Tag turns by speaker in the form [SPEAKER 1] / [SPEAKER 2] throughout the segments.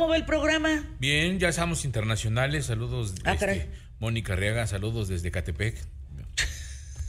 [SPEAKER 1] ¿Cómo va el programa?
[SPEAKER 2] Bien, ya estamos internacionales. Saludos
[SPEAKER 1] Ah,
[SPEAKER 2] este,
[SPEAKER 1] caray.
[SPEAKER 2] Mónica Arriaga, saludos desde Catepec.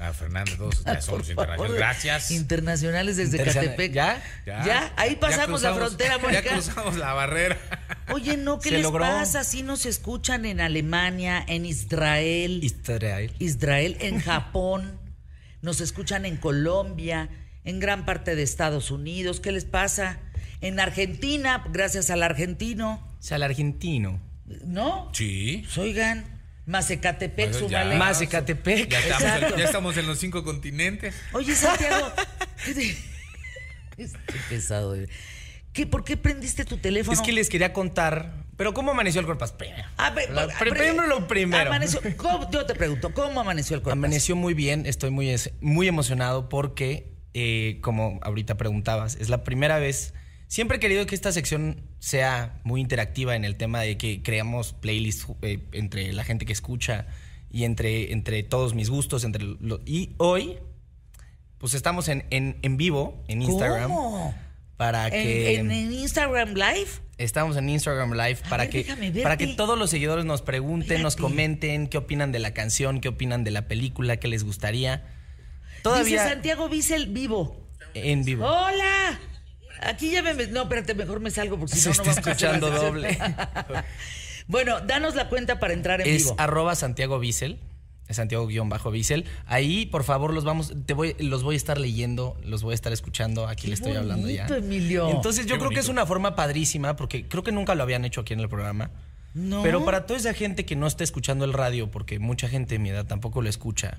[SPEAKER 2] A Fernando, todos ya somos
[SPEAKER 1] Por favor.
[SPEAKER 2] internacionales. Gracias.
[SPEAKER 1] Internacionales desde
[SPEAKER 3] Interesante.
[SPEAKER 1] Catepec.
[SPEAKER 3] ¿Ya?
[SPEAKER 1] Ya, ahí
[SPEAKER 2] ya
[SPEAKER 1] pasamos la
[SPEAKER 2] cruzamos-
[SPEAKER 1] frontera,
[SPEAKER 2] Ya
[SPEAKER 1] Mónica.
[SPEAKER 2] cruzamos la barrera.
[SPEAKER 1] Oye, no, ¿qué
[SPEAKER 3] Se
[SPEAKER 1] les
[SPEAKER 3] logró.
[SPEAKER 1] pasa? Si nos escuchan en Alemania, en Israel,
[SPEAKER 3] Israel.
[SPEAKER 1] Israel, en Japón, nos escuchan en Colombia, en gran parte de Estados Unidos, ¿qué les pasa? En Argentina, gracias al argentino,
[SPEAKER 3] O sea, el argentino.
[SPEAKER 1] ¿no?
[SPEAKER 2] Sí.
[SPEAKER 1] Pues, oigan, Mazecatepec,
[SPEAKER 2] Bueno, ya.
[SPEAKER 1] súmale.
[SPEAKER 3] Más Ecatepec.
[SPEAKER 2] Ya
[SPEAKER 1] Exacto.
[SPEAKER 2] estamos, ya estamos en los cinco continentes.
[SPEAKER 1] Oye, Santiago, ¿qué te- Estoy pesado. eh. ¿Qué, ¿Por qué prendiste tu teléfono?
[SPEAKER 3] Es que les quería contar. Pero ¿cómo amaneció el cuerpo? Espera.
[SPEAKER 1] A ver,
[SPEAKER 3] Lo
[SPEAKER 1] a-
[SPEAKER 3] prim-
[SPEAKER 1] pre-
[SPEAKER 3] primero lo primero.
[SPEAKER 1] Amaneció, ¿cómo? yo te pregunto, ¿cómo amaneció el cuerpo?
[SPEAKER 3] Amaneció muy bien, estoy muy, es- muy emocionado porque, eh, como ahorita preguntabas, es la primera vez. Siempre he querido que esta sección sea muy interactiva en el tema de que creamos playlists eh, entre la gente que escucha y entre, entre todos mis gustos. Entre lo- y hoy, pues estamos en, en, en vivo, en Instagram.
[SPEAKER 1] ¿Cómo?
[SPEAKER 3] Para
[SPEAKER 1] ¿En,
[SPEAKER 3] que.
[SPEAKER 1] en- en Instagram Live?
[SPEAKER 3] Estamos en Instagram Live
[SPEAKER 1] A
[SPEAKER 3] para
[SPEAKER 1] ver, déjame
[SPEAKER 3] que
[SPEAKER 1] verte.
[SPEAKER 3] para que todos los seguidores nos pregunten, nos
[SPEAKER 1] Espérate.
[SPEAKER 3] comenten qué opinan de la canción, qué opinan de la película, qué les gustaría.
[SPEAKER 1] Dice Oh,
[SPEAKER 3] Todavía
[SPEAKER 1] Santiago Bissell vivo.
[SPEAKER 3] en vivo.
[SPEAKER 1] ¡Hola! Aquí ya me... No, espérate, mejor me salgo porque si
[SPEAKER 3] Se
[SPEAKER 1] no, no
[SPEAKER 3] está
[SPEAKER 1] vamos a hacer la
[SPEAKER 3] escuchando
[SPEAKER 1] sección.
[SPEAKER 3] doble.
[SPEAKER 1] bueno, danos la cuenta para entrar en
[SPEAKER 3] es
[SPEAKER 1] vivo.
[SPEAKER 3] arroba Santiago Bissell, es Santiago guión bajo Bissell. Ahí, por favor, los vamos, te voy, los voy a estar leyendo, los voy a estar escuchando. Aquí
[SPEAKER 1] Qué
[SPEAKER 3] les estoy hablando ya.
[SPEAKER 1] bonito, Emilio.
[SPEAKER 3] Entonces yo
[SPEAKER 2] Qué
[SPEAKER 3] creo que es
[SPEAKER 2] bonito.
[SPEAKER 3] una forma padrísima porque creo que nunca lo habían hecho aquí en el programa.
[SPEAKER 1] No.
[SPEAKER 3] Pero para toda esa gente que no está escuchando el radio, porque mucha gente de mi edad tampoco lo escucha,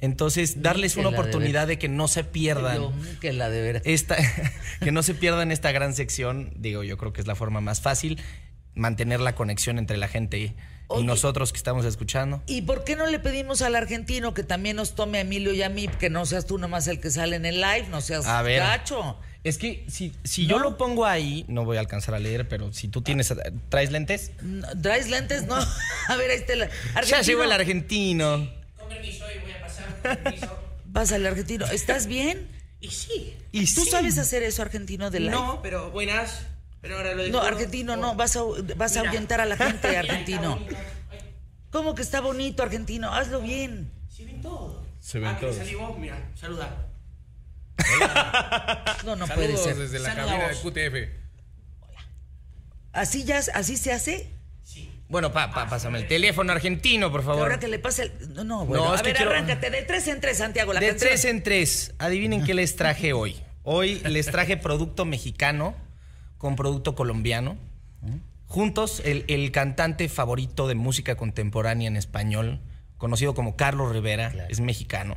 [SPEAKER 3] entonces darles una
[SPEAKER 1] Mísela de
[SPEAKER 3] oportunidad de que no se
[SPEAKER 1] Yo,
[SPEAKER 3] pierdan
[SPEAKER 1] Que la de veras.
[SPEAKER 3] esta, que no se pierdan esta gran sección, digo, yo creo que es la forma más fácil mantener la conexión entre la gente y
[SPEAKER 1] Oye.
[SPEAKER 3] nosotros que estamos escuchando.
[SPEAKER 1] ¿Y por qué no le pedimos al argentino que también nos tome a Emilio y a mí? Que no seas tú nomás el que sale en el live, no seas
[SPEAKER 3] A ver.
[SPEAKER 1] gacho.
[SPEAKER 3] Es que si, si yo lo pongo ahí, no voy a alcanzar a leer, pero si tú tienes, traes lentes.
[SPEAKER 1] No, ¿Traes lentes? No. A ver, ahí está el
[SPEAKER 3] Ya llegó el
[SPEAKER 1] argentino.
[SPEAKER 3] argentino.
[SPEAKER 1] Vas al argentino. ¿Estás bien?
[SPEAKER 4] Y sí.
[SPEAKER 3] Y
[SPEAKER 1] ¿Tú
[SPEAKER 3] sí.
[SPEAKER 1] sabes hacer eso, argentino, de live?
[SPEAKER 4] No, pero buenas. Pero ahora lo
[SPEAKER 1] No,
[SPEAKER 4] descubro.
[SPEAKER 1] argentino, no. Vas a, vas a
[SPEAKER 4] Mira.
[SPEAKER 1] ahuyentar a la gente,
[SPEAKER 4] Mira,
[SPEAKER 1] argentino.
[SPEAKER 4] está bonito. Ay,
[SPEAKER 1] ¿Cómo que está bonito, argentino? Hazlo bien.
[SPEAKER 4] Se ven todos.
[SPEAKER 2] Se ven
[SPEAKER 4] ah, que
[SPEAKER 2] todos.
[SPEAKER 4] Salí vos, mira, saluda.
[SPEAKER 3] Ah,
[SPEAKER 1] No, no puede
[SPEAKER 2] Saludos
[SPEAKER 1] ser.
[SPEAKER 2] desde la
[SPEAKER 4] Saludos.
[SPEAKER 2] cabina de QTF.
[SPEAKER 1] ¿Así, ya, ¿Así se hace?
[SPEAKER 4] Sí.
[SPEAKER 3] Bueno, pa, pa, pásame el teléfono argentino, por
[SPEAKER 1] Que Ahora
[SPEAKER 3] favor.
[SPEAKER 1] que le pase el... No, no, bueno.
[SPEAKER 3] No, es
[SPEAKER 1] a
[SPEAKER 3] que
[SPEAKER 1] ver,
[SPEAKER 3] quiero-
[SPEAKER 1] arráncate. De tres en tres, Santiago. La
[SPEAKER 3] De
[SPEAKER 1] canción.
[SPEAKER 3] tres en tres, adivinen qué les traje hoy. Hoy les traje producto mexicano con producto colombiano. Juntos, el, el cantante favorito de música contemporánea en español, conocido como Carlos Rivera, es mexicano.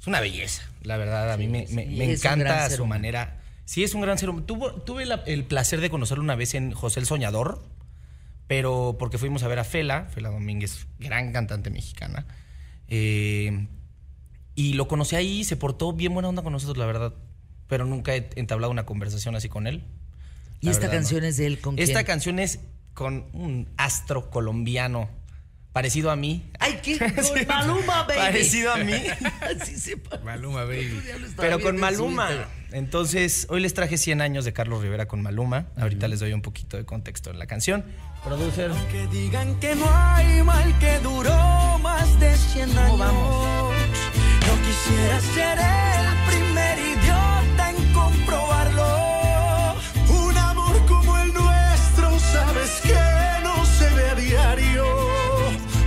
[SPEAKER 3] Es una belleza, la verdad. A mí me, me-
[SPEAKER 1] sí,
[SPEAKER 3] me
[SPEAKER 1] es un gran
[SPEAKER 3] encanta
[SPEAKER 1] ser
[SPEAKER 3] su
[SPEAKER 1] humano.
[SPEAKER 3] manera. Sí, es un gran ser humano. Tuvo- tuve la- el placer de conocerlo una vez en José el Soñador, pero porque fuimos a ver a Fela, Fela Domínguez, gran cantante mexicana. Eh, y lo conocí ahí, se portó bien buena onda con nosotros, la verdad. Pero nunca he entablado una conversación así con él.
[SPEAKER 1] ¿Y
[SPEAKER 3] La
[SPEAKER 1] esta
[SPEAKER 3] verdad,
[SPEAKER 1] canción
[SPEAKER 3] no.
[SPEAKER 1] es de él con
[SPEAKER 3] Esta
[SPEAKER 1] quién?
[SPEAKER 3] canción es con un astro colombiano parecido a mí.
[SPEAKER 1] Ay, qué con Maluma, baby.
[SPEAKER 3] Parecido a mí,
[SPEAKER 1] Así se parece.
[SPEAKER 2] Maluma, baby.
[SPEAKER 3] pero con Maluma. Entonces, hoy les traje 100 años de Carlos Rivera con Maluma. Ahorita les doy un poquito de contexto en la canción. Producer.
[SPEAKER 5] Que digan que no hay mal que duró más de 100 años. No quisiera ser el primer idiota en comprobarlo. Un amor como el nuestro, sabes que no se ve a diario.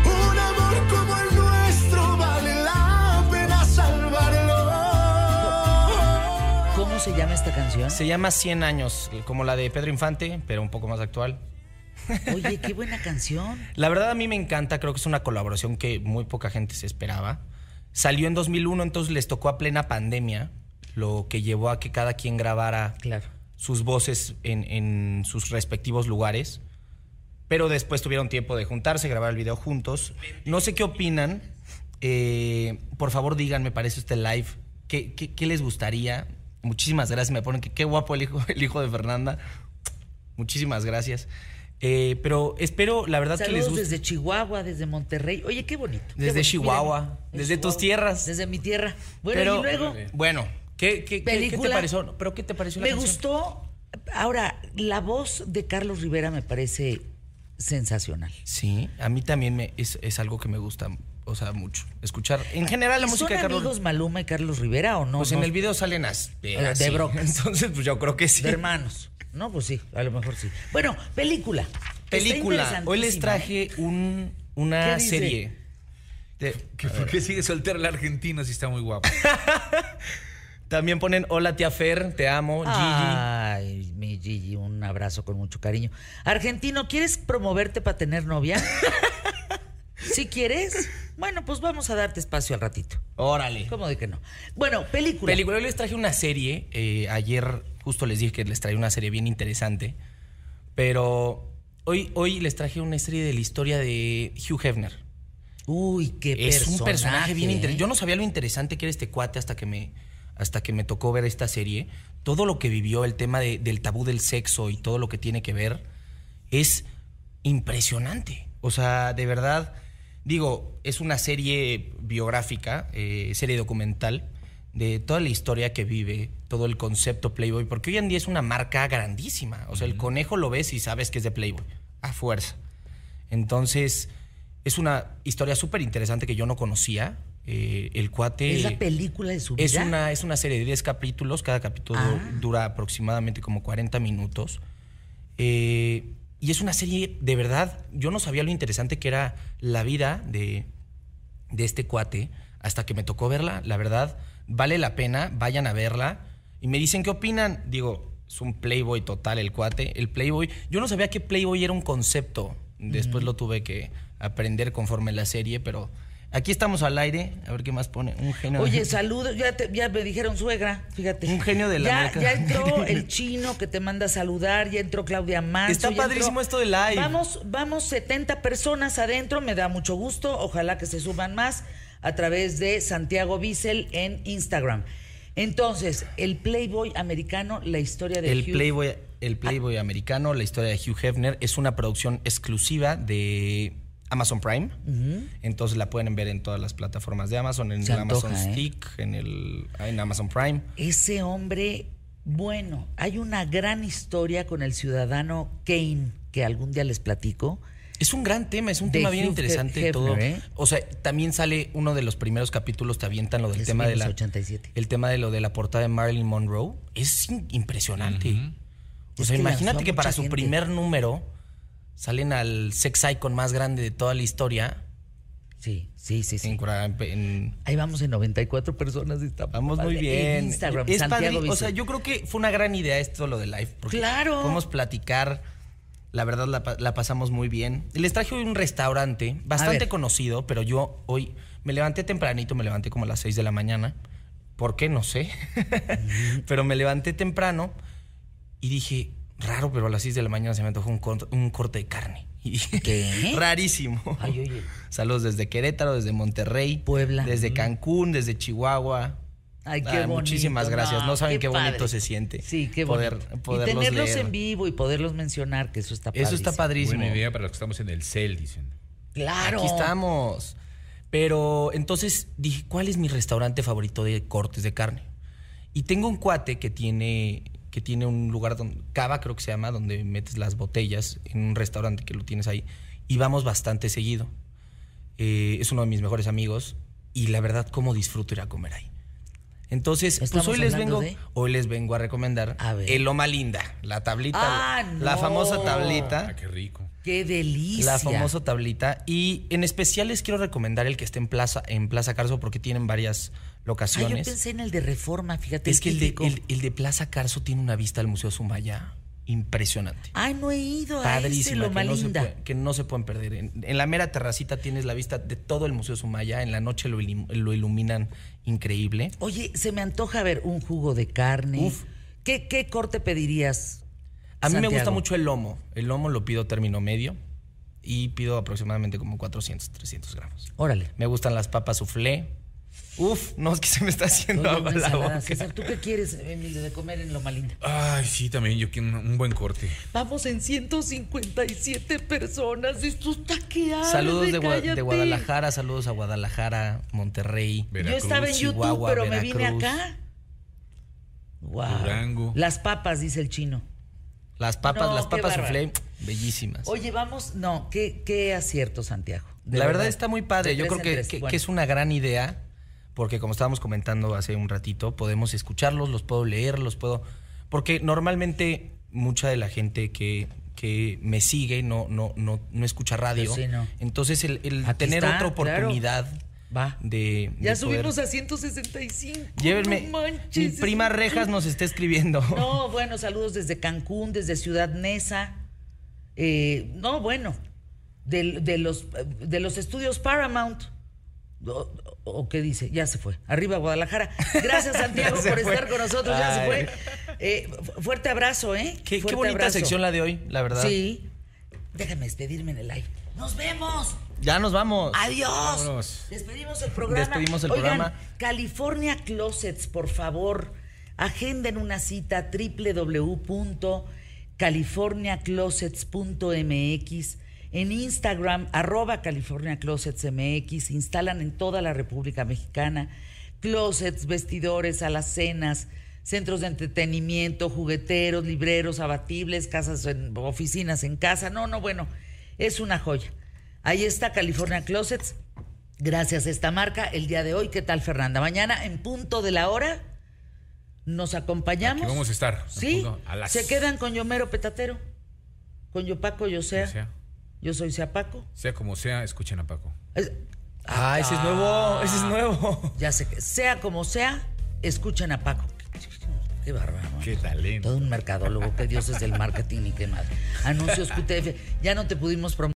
[SPEAKER 5] Un amor como el nuestro vale la pena salvarlo.
[SPEAKER 1] ¿Cómo se llama esta canción?
[SPEAKER 3] Se llama 100 años, como la de Pedro Infante, pero un poco más actual.
[SPEAKER 1] Oye, qué buena canción.
[SPEAKER 3] La verdad a mí me encanta, creo que es una colaboración que muy poca gente se esperaba. Salió en 2001, entonces les tocó a plena pandemia, lo que llevó a que cada quien grabara
[SPEAKER 1] Claro.
[SPEAKER 3] sus voces en, en sus respectivos lugares. Pero después tuvieron tiempo de juntarse, grabar el video juntos. No sé qué opinan. Eh, por favor, díganme, parece este live. ¿Qué, qué, qué les gustaría? Muchísimas gracias. Me ponen que qué guapo el hijo, el hijo de Fernanda. Muchísimas gracias. Eh, pero espero, la verdad, que les
[SPEAKER 1] Saludos
[SPEAKER 3] guste.
[SPEAKER 1] desde Chihuahua, desde Monterrey. Oye, qué bonito. qué
[SPEAKER 3] Desde
[SPEAKER 1] bonito.
[SPEAKER 3] Chihuahua,
[SPEAKER 1] en
[SPEAKER 3] desde tus tierras.
[SPEAKER 1] Desde mi tierra. Bueno,
[SPEAKER 3] Pero, eh,
[SPEAKER 1] y luego
[SPEAKER 3] Bueno, ¿qué, qué- qué- qué te
[SPEAKER 1] Película.
[SPEAKER 3] pareció? ¿Pero qué te pareció la
[SPEAKER 1] me
[SPEAKER 3] canción?
[SPEAKER 1] gustó, Ahora, la voz de Carlos Rivera me parece sensacional.
[SPEAKER 3] Sí, a mí también me- es, es algo que me gusta, o sea, mucho. Escuchar en general la música
[SPEAKER 1] ¿Son
[SPEAKER 3] de Carlos.
[SPEAKER 1] amigos Maluma y Carlos Rivera o no?
[SPEAKER 3] pues
[SPEAKER 1] No,
[SPEAKER 3] en el video salen as-
[SPEAKER 1] Eh,
[SPEAKER 3] de,
[SPEAKER 1] de
[SPEAKER 3] así.
[SPEAKER 1] brocas.
[SPEAKER 3] Entonces, pues yo creo que sí.
[SPEAKER 1] de hermanos. No, pues sí, a lo mejor sí. Bueno, película. que está
[SPEAKER 3] Película. Hoy les
[SPEAKER 1] interesantísima, ¿eh?
[SPEAKER 3] traje un, una
[SPEAKER 1] ¿Qué dice?
[SPEAKER 3] serie. De-
[SPEAKER 2] ¿Que ¿Por qué sigue soltero el argentino si está muy guapo?
[SPEAKER 3] también ponen Hola tía Fer, te amo,
[SPEAKER 1] Ah.
[SPEAKER 3] Gigi.
[SPEAKER 1] Ay, mi Gigi, un abrazo con mucho cariño. Argentino, ¿quieres promoverte para tener novia? si quieres, bueno, pues vamos a darte espacio al ratito.
[SPEAKER 3] Órale.
[SPEAKER 1] ¿Cómo de que no? Bueno, película.
[SPEAKER 3] Película. Hoy les traje una serie. eh, ayer justo les dije que les traía una serie bien interesante. Pero hoy, hoy les traje una serie de la historia de Hugh Hefner.
[SPEAKER 1] Uy, qué
[SPEAKER 3] Es
[SPEAKER 1] personaje.
[SPEAKER 3] un personaje bien interesante.
[SPEAKER 1] ¿eh?
[SPEAKER 3] Yo no sabía lo interesante que era este cuate hasta que me, hasta que me tocó ver esta serie. Todo lo que vivió, el tema de- del tabú del sexo y todo lo que tiene que ver, es impresionante. O sea, de verdad, digo, es una serie biográfica, eh, serie documental, de toda la historia que vive, todo el concepto Playboy, porque hoy en día es una marca grandísima. O sea, el conejo lo ves y sabes que es de Playboy, a fuerza. Entonces, es una historia súper interesante que yo no conocía. Eh, el cuate.
[SPEAKER 1] Es la película de su vida.
[SPEAKER 3] Es una, es una serie de 10 capítulos, cada capítulo
[SPEAKER 1] Ah.
[SPEAKER 3] dura aproximadamente como 40 minutos. Eh, y es una serie, de verdad, yo no sabía lo interesante que era la vida de, de este cuate hasta que me tocó verla. La verdad, vale la pena, vayan a verla. Y me dicen qué opinan. Digo, es un Playboy total el cuate. El Playboy, yo no sabía que Playboy era un concepto. Después lo tuve que aprender conforme la serie, pero aquí estamos al aire. A ver qué más pone. Un genio.
[SPEAKER 1] Oye, saludos. Ya, te- ya me dijeron suegra, fíjate.
[SPEAKER 3] Un genio de la
[SPEAKER 1] ya,
[SPEAKER 3] marca.
[SPEAKER 1] Ya entró el chino que te manda a saludar, ya entró Claudia Manso.
[SPEAKER 3] Está
[SPEAKER 1] ya entró-
[SPEAKER 3] padrísimo esto de live.
[SPEAKER 1] Vamos, vamos 70 personas adentro, me da mucho gusto. Ojalá que se suban más a través de Santiago Bissell en Instagram. Entonces, el Playboy americano, la historia de
[SPEAKER 3] el
[SPEAKER 1] Hugh.
[SPEAKER 3] Playboy, el Playboy americano, la historia de Hugh Hefner, es una producción exclusiva de Amazon Prime. Entonces la pueden ver en todas las plataformas de Amazon, en
[SPEAKER 1] Se
[SPEAKER 3] el
[SPEAKER 1] antoja,
[SPEAKER 3] Amazon
[SPEAKER 1] ¿eh?
[SPEAKER 3] Stick, en el en Amazon Prime.
[SPEAKER 1] Ese hombre, bueno, hay una gran historia con el ciudadano Kane, que algún día les platico.
[SPEAKER 3] Es un gran tema, es un
[SPEAKER 1] De
[SPEAKER 3] tema bien
[SPEAKER 1] Hugh
[SPEAKER 3] interesante
[SPEAKER 1] Hefner,
[SPEAKER 3] todo.
[SPEAKER 1] ¿eh?
[SPEAKER 3] O sea, también sale uno de los primeros capítulos, te avientan lo del
[SPEAKER 1] Es
[SPEAKER 3] tema de la
[SPEAKER 1] 1987.
[SPEAKER 3] el tema de lo de la portada de Marilyn Monroe. Es in- impresionante. O
[SPEAKER 1] Es
[SPEAKER 3] sea,
[SPEAKER 1] que lanzó
[SPEAKER 3] imagínate
[SPEAKER 1] a
[SPEAKER 3] que para
[SPEAKER 1] mucha
[SPEAKER 3] su
[SPEAKER 1] gente.
[SPEAKER 3] primer número salen al sex icon más grande de toda la historia.
[SPEAKER 1] Sí, sí, sí, sí.
[SPEAKER 3] En cura- en- en-
[SPEAKER 1] Ahí vamos en 94 personas. Está
[SPEAKER 3] vamos muy
[SPEAKER 1] padre.
[SPEAKER 3] bien.
[SPEAKER 1] En Instagram,
[SPEAKER 3] Es
[SPEAKER 1] Santiago
[SPEAKER 3] padre- O sea,
[SPEAKER 1] Vicente.
[SPEAKER 3] yo creo que fue una gran idea esto lo de live. porque
[SPEAKER 1] Claro.
[SPEAKER 3] Podemos platicar. La verdad la, pa- la pasamos muy bien. Les traje hoy un restaurante
[SPEAKER 1] A
[SPEAKER 3] bastante
[SPEAKER 1] ver.
[SPEAKER 3] conocido, pero yo hoy me levanté tempranito, me levanté como a las 6 de la mañana. ¿Por qué? No sé.
[SPEAKER 1] Mm.
[SPEAKER 3] pero me levanté temprano y dije, raro, pero a las 6 de la mañana se me antojó un, cort- un corte de carne. Y dije,
[SPEAKER 1] ¿Qué?
[SPEAKER 3] Rarísimo.
[SPEAKER 1] Ay, oye.
[SPEAKER 3] Saludos desde Querétaro, desde Monterrey,
[SPEAKER 1] Puebla.
[SPEAKER 3] desde Cancún, desde Chihuahua.
[SPEAKER 1] Ay, qué
[SPEAKER 3] Ah,
[SPEAKER 1] bonito.
[SPEAKER 3] Muchísimas gracias. No, saben qué, bonito
[SPEAKER 1] padre.
[SPEAKER 3] se siente.
[SPEAKER 1] Sí, qué
[SPEAKER 3] poder,
[SPEAKER 1] bonito.
[SPEAKER 3] Poderlos
[SPEAKER 1] y tenerlos
[SPEAKER 3] leer.
[SPEAKER 1] en vivo y poderlos mencionar, que eso está padrísimo.
[SPEAKER 3] Eso está padrísimo.
[SPEAKER 2] Buena idea para los que estamos en el cel, dicen.
[SPEAKER 1] Claro.
[SPEAKER 3] Aquí estamos. Pero entonces dije, ¿cuál es mi restaurante favorito de cortes de carne? Y tengo un cuate que tiene que tiene un lugar donde cava creo que se llama, donde metes las botellas en un restaurante que lo tienes ahí y vamos bastante seguido. Eh, es uno de mis mejores amigos y la verdad cómo disfruto ir a comer ahí. Entonces, pues
[SPEAKER 1] Estamos
[SPEAKER 3] hoy les
[SPEAKER 1] hablando
[SPEAKER 3] vengo
[SPEAKER 1] de-
[SPEAKER 3] hoy les vengo a recomendar
[SPEAKER 1] A ver.
[SPEAKER 3] el Loma Linda, la tablita,
[SPEAKER 1] Ah,
[SPEAKER 3] la
[SPEAKER 1] no.
[SPEAKER 3] famosa tablita.
[SPEAKER 2] Ah, qué rico.
[SPEAKER 1] Qué delicia.
[SPEAKER 3] La famosa tablita. Y en especial les quiero recomendar el que esté en Plaza, en Plaza Carso porque tienen varias
[SPEAKER 1] Ay, yo
[SPEAKER 3] locaciones.
[SPEAKER 1] pensé en el de Reforma, fíjate.
[SPEAKER 3] es que el de,
[SPEAKER 1] típico.
[SPEAKER 3] el- el de Plaza Carso tiene una vista al Museo Sumaya impresionante.
[SPEAKER 1] Ay, no he ido a ese
[SPEAKER 3] Padrísima,
[SPEAKER 1] Loma
[SPEAKER 3] que no, se
[SPEAKER 1] Linda.
[SPEAKER 3] puede- que no se pueden perder. En, en la mera terracita tienes la vista de todo el Museo Sumaya. En la noche lo, ilim- lo iluminan increíble.
[SPEAKER 1] Oye, se me antoja ver un jugo de carne.
[SPEAKER 3] Uf.
[SPEAKER 1] ¿Qué, qué corte pedirías?
[SPEAKER 3] A mí me gusta
[SPEAKER 1] Santiago?
[SPEAKER 3] mucho el lomo. El lomo lo pido término medio y pido aproximadamente como 400, 300 gramos.
[SPEAKER 1] Órale.
[SPEAKER 3] Me gustan las papas soufflé. Uf, no, es que se me está haciendo
[SPEAKER 1] Oye,
[SPEAKER 3] agua
[SPEAKER 1] una
[SPEAKER 3] la
[SPEAKER 1] ensalada,
[SPEAKER 3] boca.
[SPEAKER 1] César, ¿tú qué quieres, Emilio, de comer en Loma Linda?
[SPEAKER 2] Ay, sí, también yo quiero un, un buen corte.
[SPEAKER 1] Vamos en 157 personas. Esto está que arde,
[SPEAKER 3] Saludos de, Gua- de
[SPEAKER 1] cállate.
[SPEAKER 3] Guadalajara, saludos a Guadalajara, Monterrey.
[SPEAKER 1] Yo
[SPEAKER 2] Veracruz,
[SPEAKER 1] estaba en YouTube,
[SPEAKER 3] Chihuahua,
[SPEAKER 1] pero me vine
[SPEAKER 3] Veracruz.
[SPEAKER 1] acá. Wow.
[SPEAKER 2] Durango.
[SPEAKER 1] Las papas, dice el chino.
[SPEAKER 3] Las papas,
[SPEAKER 1] No,
[SPEAKER 3] las
[SPEAKER 1] qué
[SPEAKER 3] papas
[SPEAKER 1] bárbaro.
[SPEAKER 3] soufflé, bellísimas.
[SPEAKER 1] Oye, vamos, no, qué, qué acierto, Santiago. De
[SPEAKER 3] la verdad, está muy padre.
[SPEAKER 1] De
[SPEAKER 3] Yo
[SPEAKER 1] tres
[SPEAKER 3] creo
[SPEAKER 1] en
[SPEAKER 3] que,
[SPEAKER 1] tres.
[SPEAKER 3] que- que
[SPEAKER 1] Bueno.
[SPEAKER 3] es una gran idea, porque como estábamos comentando hace un ratito, podemos escucharlos, los puedo leer, los puedo. Porque normalmente mucha de la gente que, que me sigue no, no, no, no escucha radio.
[SPEAKER 1] Pues sí, no.
[SPEAKER 3] Entonces, el, el
[SPEAKER 1] Aquí
[SPEAKER 3] tener
[SPEAKER 1] está,
[SPEAKER 3] otra
[SPEAKER 1] claro.
[SPEAKER 3] oportunidad
[SPEAKER 1] Va.
[SPEAKER 3] de.
[SPEAKER 1] Ya
[SPEAKER 3] de poder-
[SPEAKER 1] subimos a 165.
[SPEAKER 3] Llévenme.
[SPEAKER 1] No manches,
[SPEAKER 3] mi
[SPEAKER 1] es
[SPEAKER 3] prima
[SPEAKER 1] un-
[SPEAKER 3] Rejas nos está escribiendo.
[SPEAKER 1] No, bueno, saludos desde Cancún, desde Ciudad Neza. Eh, no, bueno, de, de los, de los estudios Paramount. O, o qué dice? Ya se fue. Arriba Guadalajara. Gracias, Santiago,
[SPEAKER 3] Ya se
[SPEAKER 1] por
[SPEAKER 3] fue.
[SPEAKER 1] estar con nosotros. Ya se
[SPEAKER 3] Ay.
[SPEAKER 1] fue. Eh, fu- fuerte abrazo, ¿eh?
[SPEAKER 3] Qué, qué
[SPEAKER 1] Fuerte
[SPEAKER 3] bonita
[SPEAKER 1] abrazo.
[SPEAKER 3] sección la de hoy, la verdad.
[SPEAKER 1] Sí. Déjame despedirme en el live. ¡Nos vemos!
[SPEAKER 3] Ya nos vamos.
[SPEAKER 1] Adiós.
[SPEAKER 2] Vámonos.
[SPEAKER 1] Despedimos el programa.
[SPEAKER 3] Despedimos el
[SPEAKER 1] Oigan,
[SPEAKER 3] programa.
[SPEAKER 1] California Closets, por favor, agenden una cita www.californiaclosets.mx. En Instagram, arroba California Closets MX, instalan en toda la República Mexicana closets, vestidores, alacenas, centros de entretenimiento, jugueteros, libreros, abatibles, casas en, oficinas en casa. No, no, bueno, es una joya. Ahí está California Closets. Gracias a esta marca el día de hoy. ¿Qué tal, Fernanda? Mañana en punto de la hora nos acompañamos.
[SPEAKER 2] Aquí vamos a estar, en
[SPEAKER 1] Sí.
[SPEAKER 2] punto, a las-
[SPEAKER 1] Se quedan con Yomero Petatero, con Yopaco Yosea.
[SPEAKER 2] O sea,
[SPEAKER 1] Yo soy Seapaco.
[SPEAKER 2] sea como sea, escuchen a Paco.
[SPEAKER 1] Es-
[SPEAKER 3] Ah, ese es nuevo, ese es nuevo.
[SPEAKER 1] Ya sé que sea como sea, escuchen a Paco. Qué bárbaro.
[SPEAKER 2] Qué talento.
[SPEAKER 1] Todo un mercadólogo, que Dios es del marketing y qué madre. Anuncios QTF. Ya no te pudimos promover.